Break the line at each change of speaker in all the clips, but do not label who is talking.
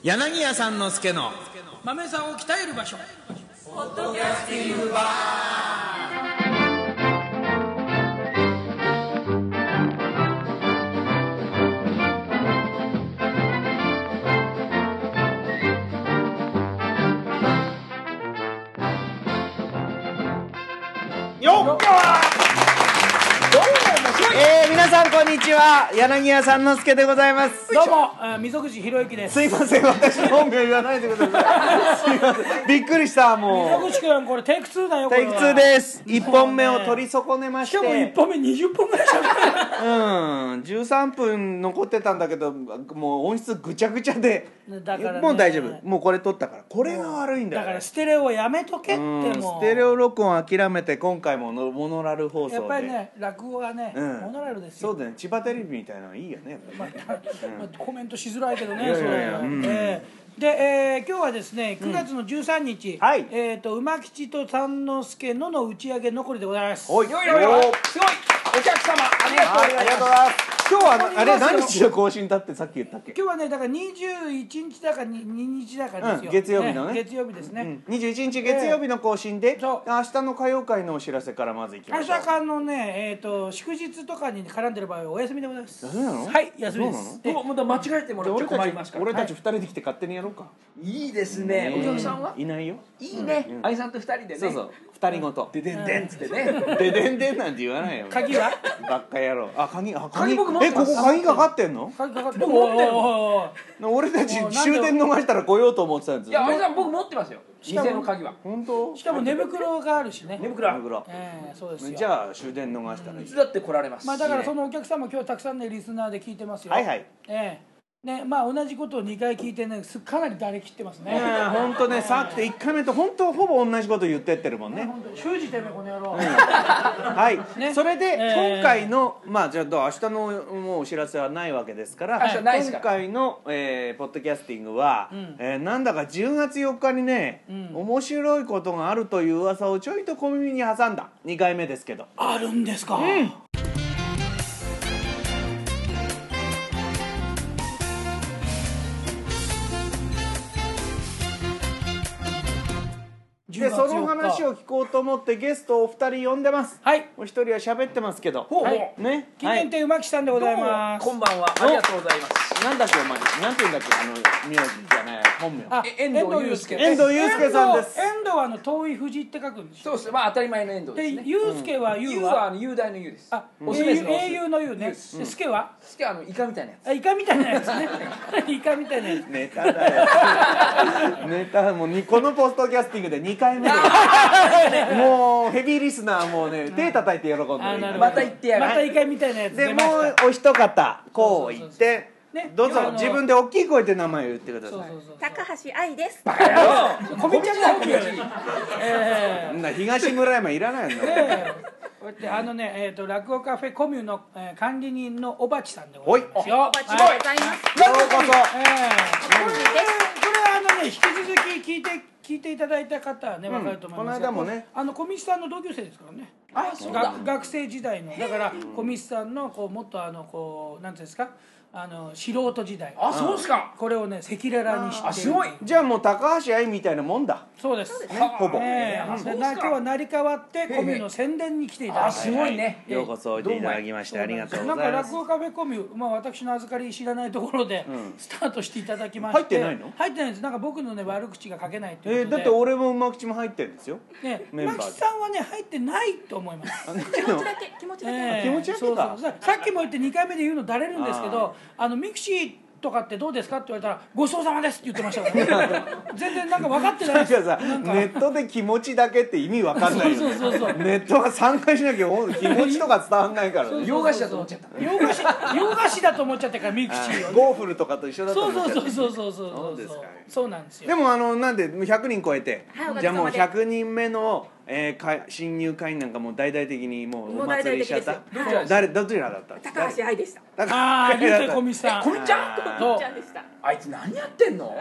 柳家さんの助の
豆さんを鍛える場所
よっえー、皆さんこんにちは柳家さんの助でございます
どうもえー溝口博之です
すいません私の本名言わないでくださいすいませんびっくりしたも
溝
う
口君これテイク2だよこ
テイ
れ
ク
は
2です1本目を取り損ねまし
しかも1
て
本目20分ぐらいし
う
ゃ
ん13分残ってたんだけどもう音質ぐちゃぐちゃで
だからね
もう大丈夫もうこれ撮ったからこれが悪いんだ
だ
よ
からステレオやめとけって
うん
も
ス
う
テレオ録音諦めて今回ものモノラル放送で
やっぱりね落語はね、
うん
モノラルです
そう
よ
だね千葉テレビみたいなのいいよねやっぱりね
まあコメントしづらいけどね
いやいやいや
それ
うん
えーで、えー今日はですね9月の13日、
はい
えー、と馬吉と三之助のの打ち上げ残りでございます
おい
よいよいよ
おー
すごいお客様ありがとうご
は
ざ
い
い
ありがとうございます今日はああれ
ここに
ます
いますよ
何日の更新だってさっき言ったっけ
今日はねだから21日だか2日だかです
う
よ、
ん月曜日のね
月曜日ですね、
うん21日月曜日の更新で、
そう
明日の歌謡会のお知らせからまずいきま
大
しょう
阪のね、えー、と祝日とかに絡んでる場合はお休みでございます
休みなの
はい休みで
そうな
す
の
で
もうまた間違えても
じ
ら
ゃ
っちゃ
あ
困り
俺た
ます
ち
から
俺たち2人で来て勝手にやろうか、
いいですねお客さんはい
ないよ
いいね愛さんと二人でね
そうそう二人ごと
ででんでんっつってね
ででんでんなんて言わないよ
鍵は
ばっかやろうあ鍵あ
鍵僕持って
えこ
ます
こ鍵かかってんの
鍵かかって
僕持って
おい
る
おいおい
俺たち
もうなんで
終電逃したら来ようと思ってたんです
い
よ
や愛さん僕持ってますよ偽
も
の鍵は
本当
しかも寝袋があるしね
寝袋は
寝袋
えー、そうですよ
じゃあ終電逃したらいい
いつだって来られます
まあだからそのお客様今日たくさんねリスナーで聞いてますよ
はいはい
ええねまあ同じことを2回聞いてねすかなり誰切ってますね
本当ねさっき1回目と本当ほぼ同じこと言ってってるもんね
本当に習字てめえこの野郎、
はい、
ね
それで
えー
今回の、まあじゃあどう明日のもうお知らせはないわけですから、
明日ないですか
今回の、えーポッドキャスティングは、
ん
えーなんだか10月4日にね、
ん
面白いことがあるという噂をちょいと小耳に挟んだ2回目ですけど
あるんですか、
でその話を聞こうと思ってゲストをお二人呼んでます
はい
お一人は喋ってますけど
ほうほう
はい
ね
記念
はい
店馬木さんでご
どう
ざい
も
ます、
こんばんはありがとうございます
なんだっけお前なんて言うんだっけあの名字じゃない本名
あ
え遠藤祐介
遠藤祐介さんです
遠藤遠藤はあの遠い藤って書くんです
そうですまあ当たり前の遠藤です
で
ね
祐介は
優
優
は
は
あの雄大の優です
あ
オス
英
です
雄
ね
英雄の優ね
雄
で
です
介は
好きあのイカみたいなやつ
あイカみたいなやつね イカみたいなやつ
ネタだよネタもうにこのポストキャスティングで2回 目でもうヘビーリスナーもうね手叩いて喜んでる
あなるほど
また行ってやる
またイカみたいなやつ
で
出
も
ました
うお一方こう言って
そうそうそうね
どう
あ
ぞ
の
自分で大きい声で名前を言ってくださ
そう
い
そうそう
高橋愛です。
小道ちゃんが本名え
そんな東村山いらないの
えええ こうやってあのねえっと落語カフェコミュのえー管理人のおばちさんでございますよ
おばちで
はい
ございます。
ようこ
え
そ
え
コミ
こ
です。
れはあのね引き続き聞いて聞いていただいた方はねわかると思いますけど、
この間もね
あの小道さんの同級生ですからね
あそうだ
学学生時代のだから小道さんのこうもっとあのこうなんていうんですかあの素人時代
あそうっすか
これをね赤裸々にして
あすごい
じゃあもう高橋愛みたいなもんだ
そうです
ねほぼ
ええ
あそ
で
うっ
すな
か
今日は成り代わってコミュの宣伝に来ていただ
あ
いて
すごいね
ようこそおいでいただきましてありがとうござ
ないんか
ま
落
す
語カフェコミュ、まあ、私の預かり知らないところでスタートしていただきまして
入ってないの
入ってないですなんか僕のね悪口が書けないとい
え
う
ー
こと
だっ
で、
て俺も馬口も入ってるんですよ
ね、
メンバー
牧
で
さんはね入ってないと思います
気持ちだけ気持ちだけ。
ええ
気持ち悪い
そう
か
そうそうさっきも言って2回目で言うのだれるんですけどあのミクシーとかってどうですかって言われたら「ごちそうさまです」って言ってましたからね 全然なんか分かってない
なん
です
かさネットで気持ちだけって意味わかんないよね
そうそうそうそう
ネットは参加しなきゃほんと気持ちとか伝わんないからね
洋菓子だと思っちゃった
洋菓子洋菓子だと思っちゃったからミクシーを、ね、
ゴーフルとかと一緒だと
そう
思っ
そう
ちゃ
そう
う
そうそうそう
そ
そうう
ですか
そうなんですよ
でもあのなんで100人超えて、
はいおかげさまで
じゃあもう100人目の、えーか新入会員なんかもう大々的にもう
も
お
う大々
祭り
的
しちゃっ
です
た
よ
はい
誰どちらだったんですか
高橋愛でした。
ああ、リュウテコミさん。
こみちゃん
あー
そう
ちゃんでした。
あいつ何やってんの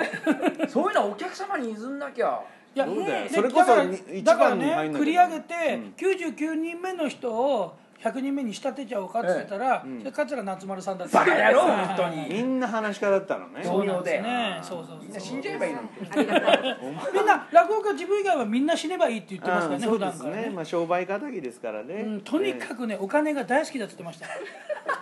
そういうのはお客様に譲んなきゃ
いや
そうだよ
ね
それこそ
だから
に一番に
だから
入んなきゃ
ね、繰り上げて99人目の人を100人目に仕立てちゃおうかって言ったら、それ桂夏丸さんだった
バカ野郎
はい
本当に
みんな話し家だったのね
そうなんです
同
ねそうそう
みん
そう
な死んじゃえばいいのに
ありがとう
みんな落語家自分以外はみんな死ねばいいって言ってますからね
うん
普
そうで
段
す
からね
ねまあ商売敵ですからね、
うんとにかくねお金が大好きだって言ってました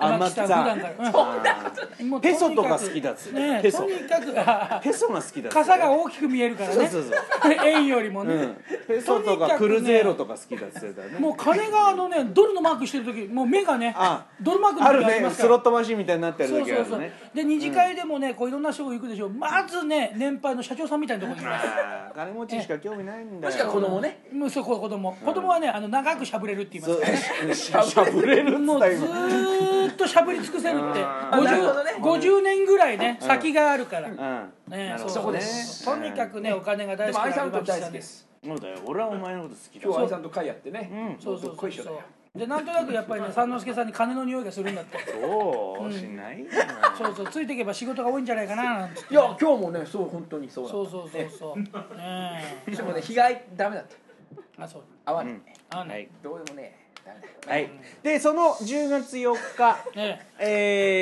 あ
天木さん
天木さん
普段から
あ
う
ー
んもう
ペソとか好きだっつって
ね
ペ
え
ソ
とにかく
ペソが好きだっつって
傘が大きく見えるからね
そうそう
円よりも
う
ね
ん、 ペソとかクルゼーロとか好きだっつってたね
もう金があのねドルのマークしてる時もう目がね
あ
ドルマークの
あ
時
る
ありま
ね
す
ス
か
ロ
ら
ットマシンみたいになってる
そう
時あ
そう
る
そ
の
う
ね
で二次会でもねこういろんなショー行くでしょうまずね年配の社長さんみたいなところに行きます
あー金持ちしか興味ないんだ
も
よ
しくは子供ね
もうそう子供子供はねあの長くしゃぶれるって言いますから
そうしゃしゃぶれるっつ
も
っ
うず
た今
ーっとしゃぶり尽くせるって
あ
ーなるほどね
50 50年ぐらいね先があるか
う
ら
ん
ね
なるほどね
そうですとにかくねお金が大
で
好
も
き
愛さんと
落語家
大
さ
好
ん
き
で
ですす
そうだよ俺はお前のこと好きだ
今日愛さんと会やってね
うん
そうそう
ど
そ
っこ
う
いしょ
そ
だよ
うでなんとなくやっぱりね三之助さんに金の匂いがするんだって
そうしないよ
そうそうついていけば仕事が多いんじゃないかななんて
いや今日もねそう本当にそうだ
そうそうそうそうねえ
でもね被害ダメだった
あそう
合わ
う
ない
ん
あ
は
ね
い
どうでもねダメだ
はいでその10月4日
ね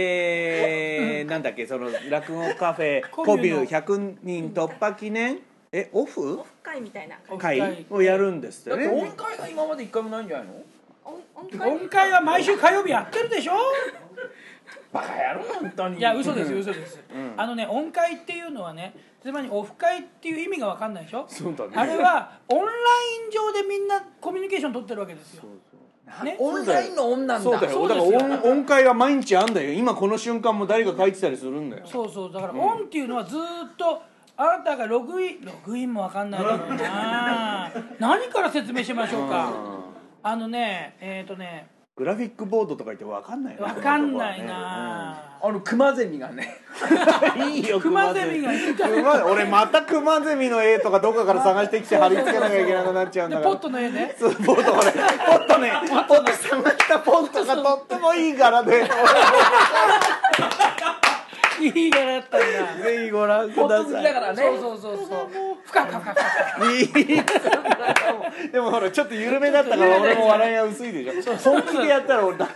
えー、なんだっけその落語カフェ
コ
コビ
ビュ
ュ
の
ー100人突破記念えオフ
会みたいな
オフ
会をやるんです
だ
っ
ってて音
ね
階が今まで一回もないんじゃないの
音音
え
階
音階は毎週火曜日やってるでしょ
バカ野郎本当に
いや嘘ですよ嘘です、あのね音階っていうのはねつまりオフ会っていう意味が分かんないでしょ
そうだね
あれはオンライン上でみんなコミュニケーション取ってるわけですよね
オンラインの女なんだ
そうだよだから
そうですよ
音音階は毎日あんだよ今この瞬間も誰か書いてたりするんだよ
そうそうだからオンっていうのはずーっとあなたがログインログインも分かんないだろ うな何から説明しましょうかあのねえっ、とね
グラフィックボードとか言ってわかんないな
分かんないな、
あの熊ゼミがね
うん いいよ
クマゼミがいいか
熊ゼミ熊 俺またクマゼミの絵とかどっかから探してきて貼り付けなきゃいけなくなっちゃうん
で
だか
ポ
ら
ットの絵ね
そうポット俺ポットねポット探したポットがとってもいい柄で
いい柄だったんだ
ぜひご覧ください
だからね
そうそうそうそう深く深く深く
いいでもほらちょっと緩めだったから俺も笑いが薄いでしょ本気でやったら俺だ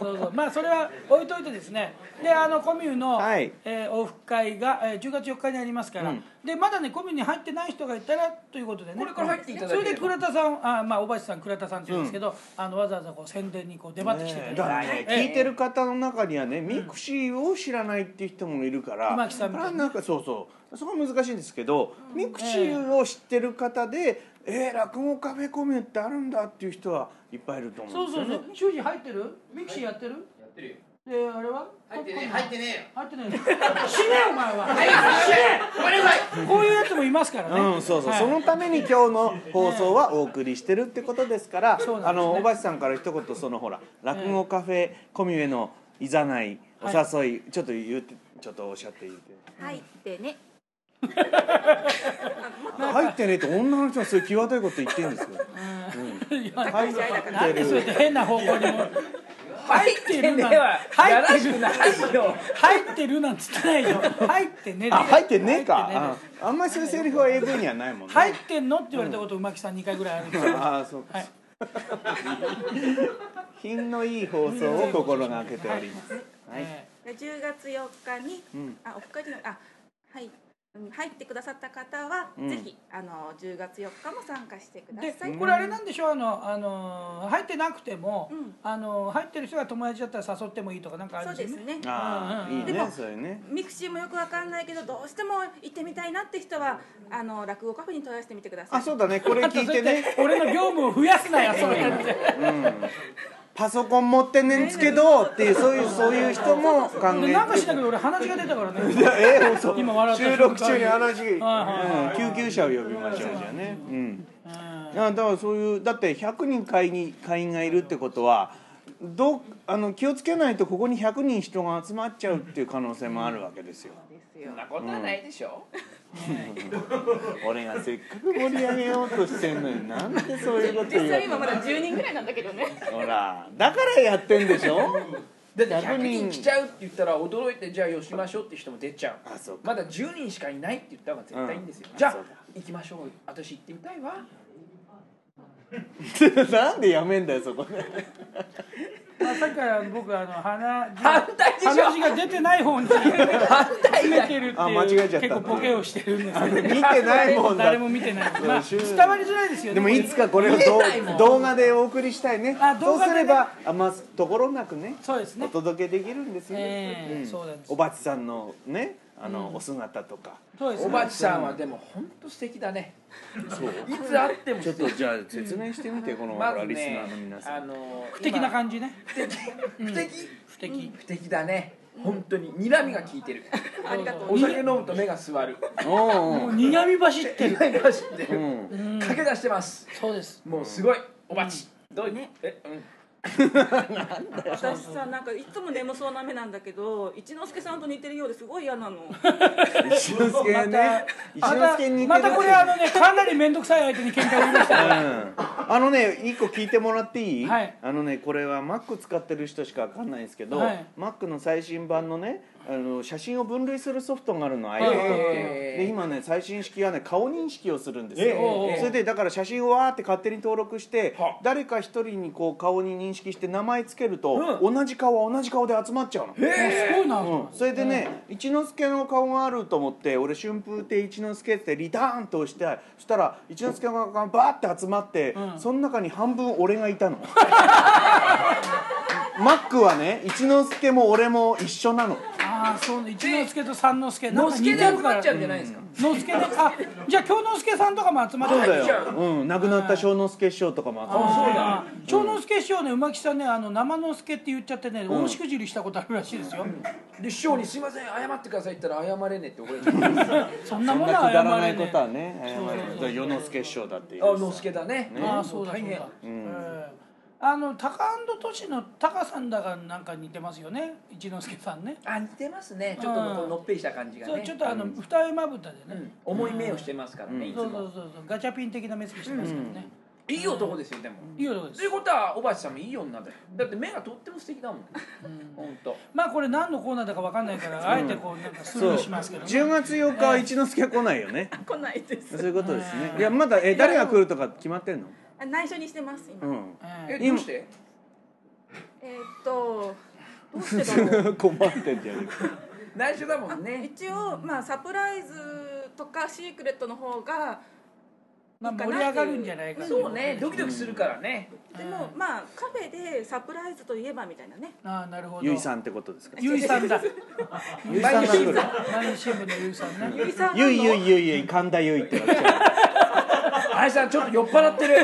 そうそうまあそれは置いといてですねであのコミュの、
はい
えーオフ会が、えー10月4日にありますから、
うん
でまだねコミュに入ってない人がいたらということでね
これから入っていただければ
それで倉田さんあまあ大橋さん倉田さんって言うんですけど、あのわざわざこう宣伝にこう出張ってきてくれ
だか
た
らね、聞いてる方の中にはね、ミクシーを知らないっていう人もいるから、
今木さんみたいな
これはなんかそうそうそこは難しいんですけど、ミクシーを知ってる方で、えー落語カフェコミュってあるんだっていう人はいっぱいいると思
そううん
です
そ
よ
う
ね。
そう修二入ってるミクシーやってる
やってるよ
であれは
入ってねえ
コミュ
入ってねえよ
入ってないの死ねお前は
はいすいませんごめんなさい
こういうやつもいますからね、
うん、そうそう、
はい
そのために今日の放送はお送りしてるってことですから、
そうなんですね
あの大橋さんから一言そのほら落語カフェコミュへのいざないお誘い、ちょっと言ってちょっとおっしゃっていて。
入ってね
入ってねえって女の人はそういう際どいこと言ってるんですけど。
いや
入って
なんでそうやって変な方向にもっ
入
てるな
やらしくないよ
入ってるなんつってないよ入ってね
あ入ってねえ
入ってね
かああんまりそういうセリフは AV にはないもんね
入ってんのって言われたことうまきさん2回ぐらいあるんですよ
ああそうか、
はい
品のいい放送を心がけておりますはい、
え
10月4日に、
うん
あオフ会じゃないあはいうん入ってくださった方は、
うん
ぜひあの10月4日も参加してくだ
ー
さい。
でこれあれなんでしょうあの、あのー入ってなくても、
うん
あのー入ってる人が友達だったら誘ってもいいとかなんかある
そうん
で
ですす
よね
ね。
ああ
うん
いい
うんうん
ね
でも
そういうね
ミクシーもよくわかんないけどどうしても行ってみたいなって人はあの落語カフェに問い合わせてみてください。
あそうだねこれ
あんた
聞い
そうや
てね
って俺の業務を増やすなよそうやって
パソコン持ってねんですけどっていうそういうそういう人も考え
で
て
なんかしなけど俺鼻血が出たからね
いやええそう
今笑った
収録中に話、
は
うん、救急車を呼びましょうじゃあねうん
うん
あだからそういうだって100人会に会員がいるってことはどうあの気をつけないとここに100人人が集まっちゃうっていう可能性もあるわけですよ、
です
そ
よ
ん。なことはないでしょ
俺がせっかく盛り上げようとしてんのになんでそういうこと
実
言
際
う
今まだ10人ぐらいなんだけどね。
ほらだからやってんでしょ
だって
100
100
人
人来ちゃうって言ったら驚いてじゃあよしましょうって人も出ちゃう
あそうか
まだ10人しかいないって言った方が絶対いいんですよ
うん
じゃあ
そうだ
行きましょう私行ってみたいわ
なんでやめんだよそこで
まあさっきから僕あの 鼻
反対でしょ
話が出てない方 に詰めてるって
あ間違
い
え
う
ちゃった
結構ボケをしてるんですけど
見てないもんだ
誰も見て ない、
も
まあ、
しゅ
伝わりづらいですよね
でもいつかこれを
見えない
ど
も
うん動画でお送りしたいね
あ
そ
動
う
画
す
でね
れば余すところなくね
そうです
お
ね
届けできるんですよ、
ええ
ん
そうなんです
おばちさんのねあの、お姿とか
そうです
お
ね
ばちさんはでも本当素敵だねいつ会って も
ちょ
素
っと
敵
じゃあ説明してみて、この、
ま
ほら
ず
リスナ
ね
ーの皆さ
あ
ん、
の
不敵な感じね
今不敵
不敵
不敵だね本当に睨みが効いてる
ありがとう
お酒飲むと目が座る
おうお
も
う
う苦み走ってる
目が走って
う
る
ん
駆け出してます
そうです
もうすごいおばちどうねえうん
私さなんかいつも眠そうな目なんだけど一之輔さんと似てるようですごい嫌なの
一之輔ね一
ま
之
た
輔に似てる
またこれあの ねかなり面倒くさい相手に喧嘩を売りま したから
うんあのね一個聞いてもらっていい、
はい
あのねこれは Mac 使ってる人しかわかんないんですけど、
はい
Mac の最新版のねあの写真を分類するソフトがあるの iPhone っていう、
ええ
で今ね最新式はね顔認識をするんですよ、
ええ
それでだから写真をわーって勝手に登録して、
は
誰か一人にこう顔に認識して名前つけると、
う
同じ顔は同じ顔で集まっちゃうの、
すごいな、
うん、それでね、一之輔の顔があると思って俺春風亭一之輔ってリターンと押してそしたら一之輔の顔がバーって集まって、
うん
その中に半分俺がいたの マックはね一之輔も俺も一緒なの
ああそうね一之輔と三之輔
のすけ
似
で
て
よ
る
く
か
な
ら
っちゃうんじゃないですか
のすけねあじゃあ京之助さんとかも集まって
そうだ
あ
よ、うん、亡くなった小之助師匠とかも集まって
そうだ長之助師匠ね馬木さんねあの生之助って言っちゃってね大しくじりしたことあるらしいですよ、
で師匠に「すいません謝ってください」って言ったら「謝れねえ」って怒られちゃう
そんな
そん
も
な
のは
くだ
謝
らな
れ
いこ
ね
とはね謝
そう
る
そうそう
だから世之助師匠だってい
あのすけだね
ああそうだそうだ、ええあのタカトシのタカさんだがなんか似てますよね一之輔さんね
あ似てますねちょっとのこのっぺりした感じが
そう
ね
ちょっとあの二重まぶたで
う
ね、
ん重い目をしてますからねいつ
そうそうそ
も
うそうガチャピン的な目つきしてますけどね、
いい男ですよでも
いいよ
ということはおばあちさんもいい女だよだって目がとっても素敵だもん本当。
まあこれ何のコーナーだかわかんないからあえてこうなんかスルーしますけどね
10月8日は一之 輔来ないよね
来ないです
そういうことですね
うん
いやまだえ誰が来るとか決まってんの
あ内緒にしてます今、
うん
え
え
え
どうして
えーっとどうしてだろう
困ってんじゃね
内緒だもん
あ
ね
一応まあサプライズとかシークレットの方が
まあ盛り上がるんじゃないかな
そうねドキドキするからね
でもまあカフェでサプライズといえばみたいなね
ああなるほど
ゆいさんってことですか
ゆいさんだ
ゆいさんが来る
毎日新聞のゆいさんね
ゆいさん
ゆいゆいゆいゆい神田ゆいってなっちゃう
あいさんちょっと酔っ払ってる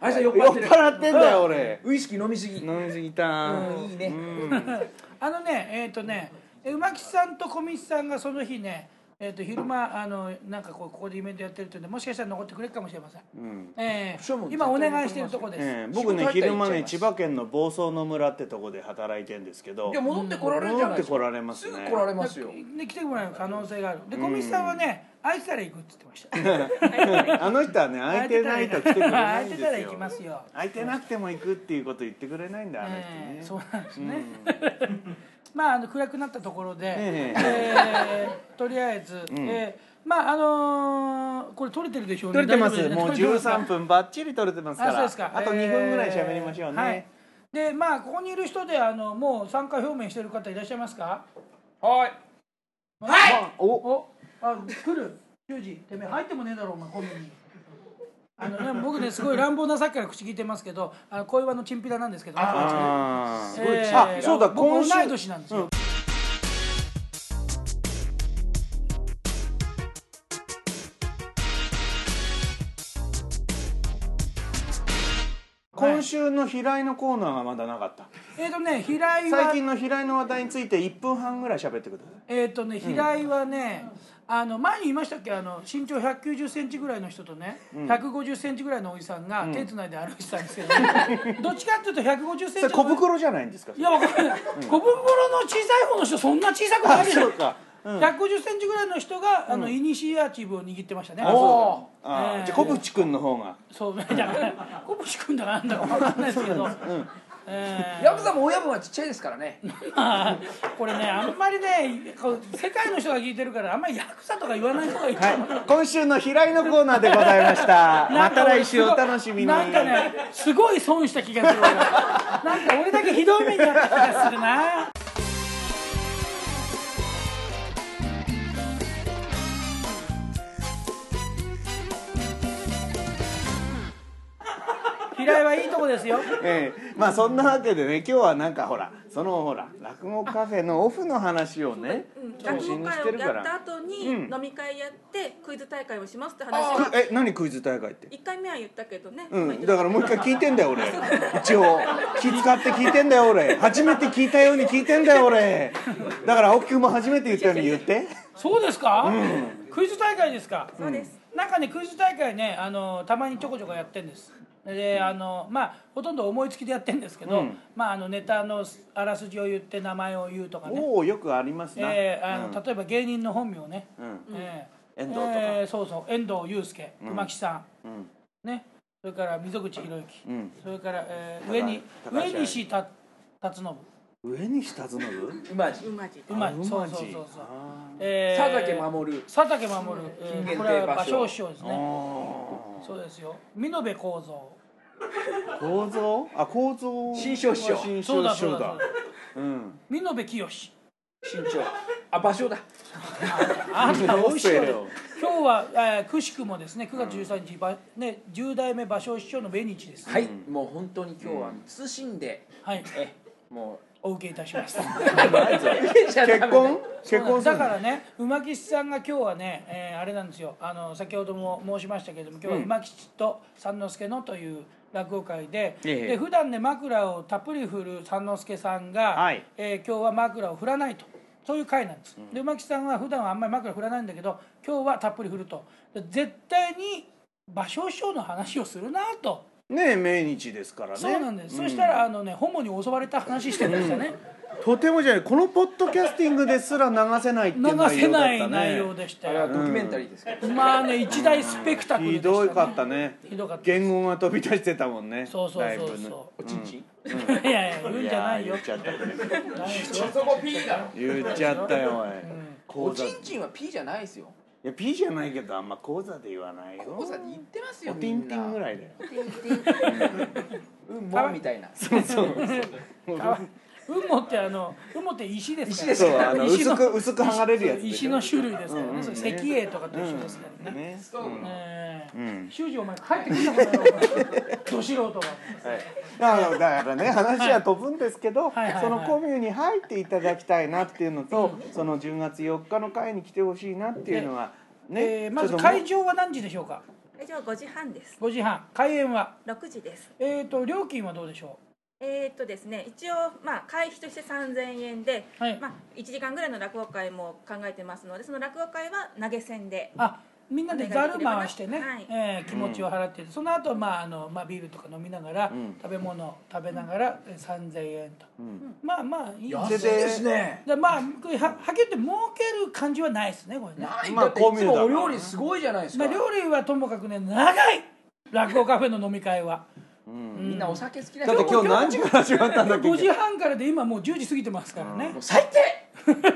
あいさん酔 っ
酔
払
っ
ってる
払ってんだよ俺
ウイスキー飲みすぎうん
飲みすぎた
いいね
あのねえっ、とねえ馬吉さんと小道さんがその日ねえっ、と昼間あのなんかこうここでイベントやってるっていうんでもしかしたら残ってくれるかもしれません、
うん
ええ
そうもん
今お願いしてるとこです、
ええ僕
仕事入った
ね
ら
昼間
行っちゃい
ね
ます
千葉県の房総の村ってとこで働いてんですけど
いや戻ってこられるじゃないですか
戻ってこられますね
すぐ来られますよ
で来てもらう可能性があるで小道さんはね会えてたら行くっつってました
あの人はね 空いてないと来てくれないんですよ
空いてたら行きますよ
空いてなくても行くっていうこと言ってくれないんだあの人
え
ね
えそうなんですね。 まああの暗くなったところで、
え
えーとりあえず、えーまああのーこれ取れてるでしょう
撮れ
ね。
てま
大丈
す
夫
もう
ですね
13。分ばっちり撮れてますか
あそう
ら
ですか。
あと2分ぐらい喋りましょう
えーはい
ね
でまあここにいる人であのもう参加表明してる方いらっしゃいますか。
はい
はいお
おあ来る十時てめえ入ってもねえだろお前コンビニ。あのね僕ねすごい乱暴なさっきから口聞いてますけどあの小岩のチンピラなんですけど、ね。
あー
えー
あそうだ
僕
今週
同い年なんですよ。
今週の平井のコーナーがまだなかった
えっ、とね平井は
最近の平井の話題について1分半ぐらい喋ってください
えっ、とね平井はね、あの前に言いましたっけあの身長1 9 0ンチぐらいの人とね、1 5 0ンチぐらいのおじさんが手つないで歩いてたんですけど、 ねどっちかっていうと1 5 0ンチ
それ小袋じゃないんですか
いやわかんない、小袋の小さい方の人そんな小さくないでし
そ
ょ
うか
1 5 0ンチぐらいの人が、あのイニシアチブを握ってましたね
あそ
お
うだあ
え
ー
え
じゃあ小渕君の方が
そうだから小渕君だかなんだかわかんないですけど、えー
ヤクザも親分はちっちゃいですからね
これねあんまりねこう世界の人が聞いてるからあんまりヤクザとか言わない方がいいと思う、
はい、今週の平井のコーナーでございました。
な
ま
ん
た
か俺
来
す
週
ごい
お楽しみに。
なんかねすごい損した気がする俺なんか俺だけひどい目に遭った気がするな 平井はいいとこですよ
ええまあそんなわけでね、今日はなんかほら、そのほら、落語カフェのオフの話をね
うん、
中
落
心
語
にし
会
て
を
る
や
か
った
ら。
後に
うん
飲み会やってクイズ大会をしますって話は
くえ、何クイズ大会って。
1回目は言ったけどね、
う
まあ
ん、だからもう一回聞いてんだよ俺一応気使って聞いてんだよ俺初めて聞いたように聞いてんだよ俺だから青木君も初めて言ったように言って
そうですか、クイズ大会ですか
そうです、
なんかねクイズ大会ねあのたまにちょこちょこやってんですであのまあほとんど思いつきでやってんですけど、
うん
まあ、あのネタのあらすじを言って名前を言うとかね、
おおよくありますな、
えーあの
うん
例えば芸人の本名をね、
うん
えー
遠藤とか
えーそうそう遠藤祐介
うん
熊木さ
うん
ん、ねそれから溝口博之、
うん
それから、えー
高橋
上に
高橋
上西た達信
上西辰信
うまじ
うまじ
うまい
あうまじ
そうそうそうそう
あー
え
佐竹
守
守る
佐竹守る、えー
金
こ
言
れ
亭
は芭
芭蕉
蕉師匠ですね
あ
そうですよ見延構造
ー構造あ構造
新章師匠
新
そう
章
だ
師
そう
匠
だそ
だ
うだ
うん
見延清
身長 あ場所だ
あんた美味しい
そう
よ
よ
今日は、えー、くしくもですね9月13日、ばね10代目芭蕉師匠の命日です
はいもう本当に今日は謹んで
はい
えも
お受けいたしました
う結
結婚結婚する
だからね馬吉さんが今日はね、えーあれなんですよあの先ほども申しましたけれども今日は
うん
馬吉と三之助のという落語会で,、
ええ
で普段ね枕をたっぷり振る三之助さんが、
はい
えー今日は枕を振らないと。そういう会なんです、で馬吉さんは普段はあんまり枕振らないんだけど今日はたっぷり振るとで絶対に芭蕉師匠の話をするなと
ねえ命日ですからね
そうなんです、そしたらあのねホモに襲われた話してましたね、
とてもじゃないこのポッドキャスティングですら流せないっていう内容だったね
流せない内容でした
あれは
よ
ドキュメンタリーですけど
まあね一大スペクタクル
ひ
でしたね
どいかったね
ひどかった
言語が飛び出してたもんね
そうそう
ライ
そ
ブ
う
の
そ
おちんちん
ういやいや言
う
うんんじゃないよ
やー言っちゃったよ
何それ
そこ P だろ
言っちゃったよおい
お
講座
ち
い
んちんは P じゃないですよ
や P じゃないけどあんま講座で言わないよ
お子さんに言ってますよ
おティンティンぐ
い
らいだよ
うんもうみたいな
雲母ってあの雲母って石ですから
石です
そう
から
あの
石の
薄く薄く剥がれるやつでし
石
ょ
の種類ですか
う
ら
んう
ね
ん
それ石英とかと一緒ですからね
ね
ええ
うん
修二お前帰ってきたからど 素人が
だからだからね話は飛ぶんですけど、
はいはいはい
そのコミュに入っていただきたいなっていうのと、その10月4日の会に来てほしいなっていうのはね、
えーま
ち
ず
ょっともう
会場は何時でしょうか
えじゃあ5時半です
5時半開演は
6時です
えっと料金はどうでしょ
えー、っとですね一応まあ会費として3000円で、
はい
まあ、1時間ぐらいの落語会も考えてますのでその落語会は投げ銭で
うあみんなでざる回してね
はい
えー気持ちを払ってその後まああのまあビールとか飲みながら
ん
食べ物食べながらえー3000円と
ん
まあまあいい
安いです
ね
でまあこれははっきり言って儲ける感じはないですねこれね
ない
まあ
だってい
こう見
つ
るだ
も
ろ
お
うな
料理すごいじゃないです
ま
か
あ料理はともかくね長い落語カフェの飲み会は
みんなお酒好きな
だって今日何時から始まったんだっけ
5時半からで今もう10時過ぎてますからね
もう最低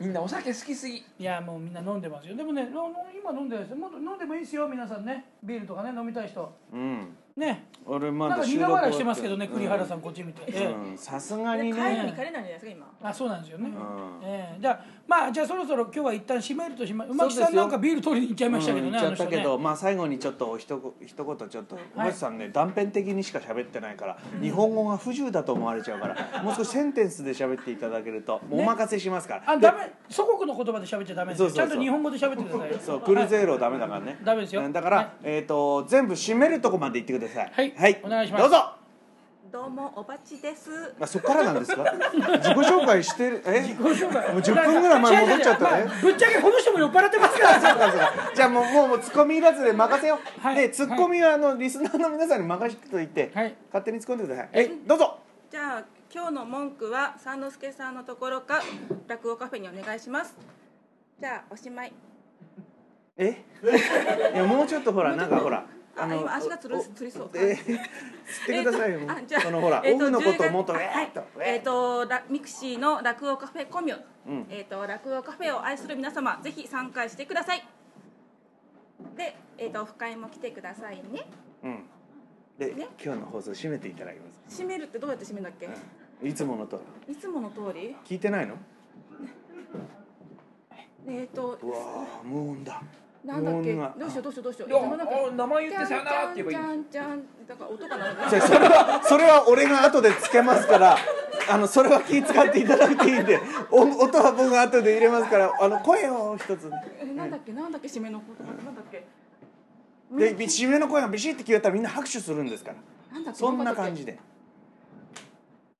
みんなお酒好きすぎ
いやもうみんな飲んでますよでもねのの今飲んでないですよもっと飲んでもいいですよ皆さんねビールとかね飲みたい人
うん
ね
俺ま
なん
だ
か
収
苦
録
笑いしてますけどね
終
栗
わっ
原さんこっち見て、
て
ええ
うんさすが
帰る
に
に
ね
帰れないんじゃないですか今
あそうなんですよね、
ん
ええじゃあまあじゃあそろそろ今日は一旦締めるとしま馬木さんなんかビール取りに行っちゃいましたけど
うん
ね、
言っ
あ
ちゃ
の
っ
人
た
ね
けど、まあ最後にちょっと一言一言ちょっと、星さんね断片的にしか喋ってないから、日本語が不自由だと思われちゃうから、もう少しセンテンスで喋っていただけると、もうお任せしますから。
あ
で
ダメ祖国の言葉で喋っちゃダメです
そうそう
よ
そう
ちゃんと日本語で喋ってくださいよ
そうクルゼーロダメだからね。
ダメですよ
うんだから、
はい
えっ、と全部閉めるとこまで行ってください。
はいお願いします
どうぞ。
どうもおばちです
あそっからなんですか。自己紹介してるえ。
ご紹介
もう10分ぐらい前戻っちゃったね
違う違う違うまあぶっちゃけこの人も酔っ払ってますから
そうかそうかじゃあもうもうもうツッコミいらずで任せよう、
はい
でツッコミはあのリスナーの皆さんに任せておい て、
はい
勝手に突っ込んでくださいはいどうぞ
じゃあ今日の文句は三之助さんのところか落語カフェにお願いしますじゃあおしまい
えいやもうちょっとほらなんかほら
あ今足がつる
お
つりそう
えー釣ってくださいよ、
えーとあじゃあ
そのほら、
えー
オ
と
フのことをもっと
10
え
月
ーっと、
はいえっ、とラミクシーの落語カフェコミュ、
うん
えっ、と落語カフェを愛する皆様ぜひ参加してくださいでえっ、とオフ会も来てくださいね
うんで、
ね
今日の放送締めていただきます、
閉めるってどうやって閉めるんだっけ、
うんいつものと
いつもの通り
聞いてないの
えっ、と
うわー無音だ
なんだっけ
無音が
どうしようどうしようどうしよう
いやあ名前言ってさよならって言えばいい
じ
んで
ゃ
すよ
んじゃんじゃんだから音が鳴る
じゃあそれはそれは俺が後でつけますからあのそれは気使っていただいていいんでお音は僕が後で入れますからあの声を一つ
えなんだっけなんだっけ締めの言葉なんだっけ
でび締めの声がビシッて聞こえたらみんな拍手するんですから
なんだっけ
そんな感じ
で
で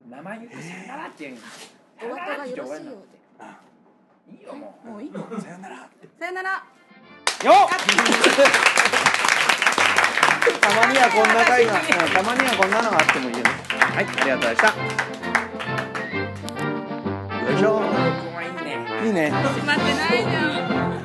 名前言ってさよならって言うんです
お
よ
別れがよろしいよ
あ
いいよも
うでもういいの
さよならって
さよなら
よったまにはこんな回 がうんたまにはこんなのがあってもいいよねはいありがとうございましたよいしょ
うここがいいね
いいね
閉まってないじゃん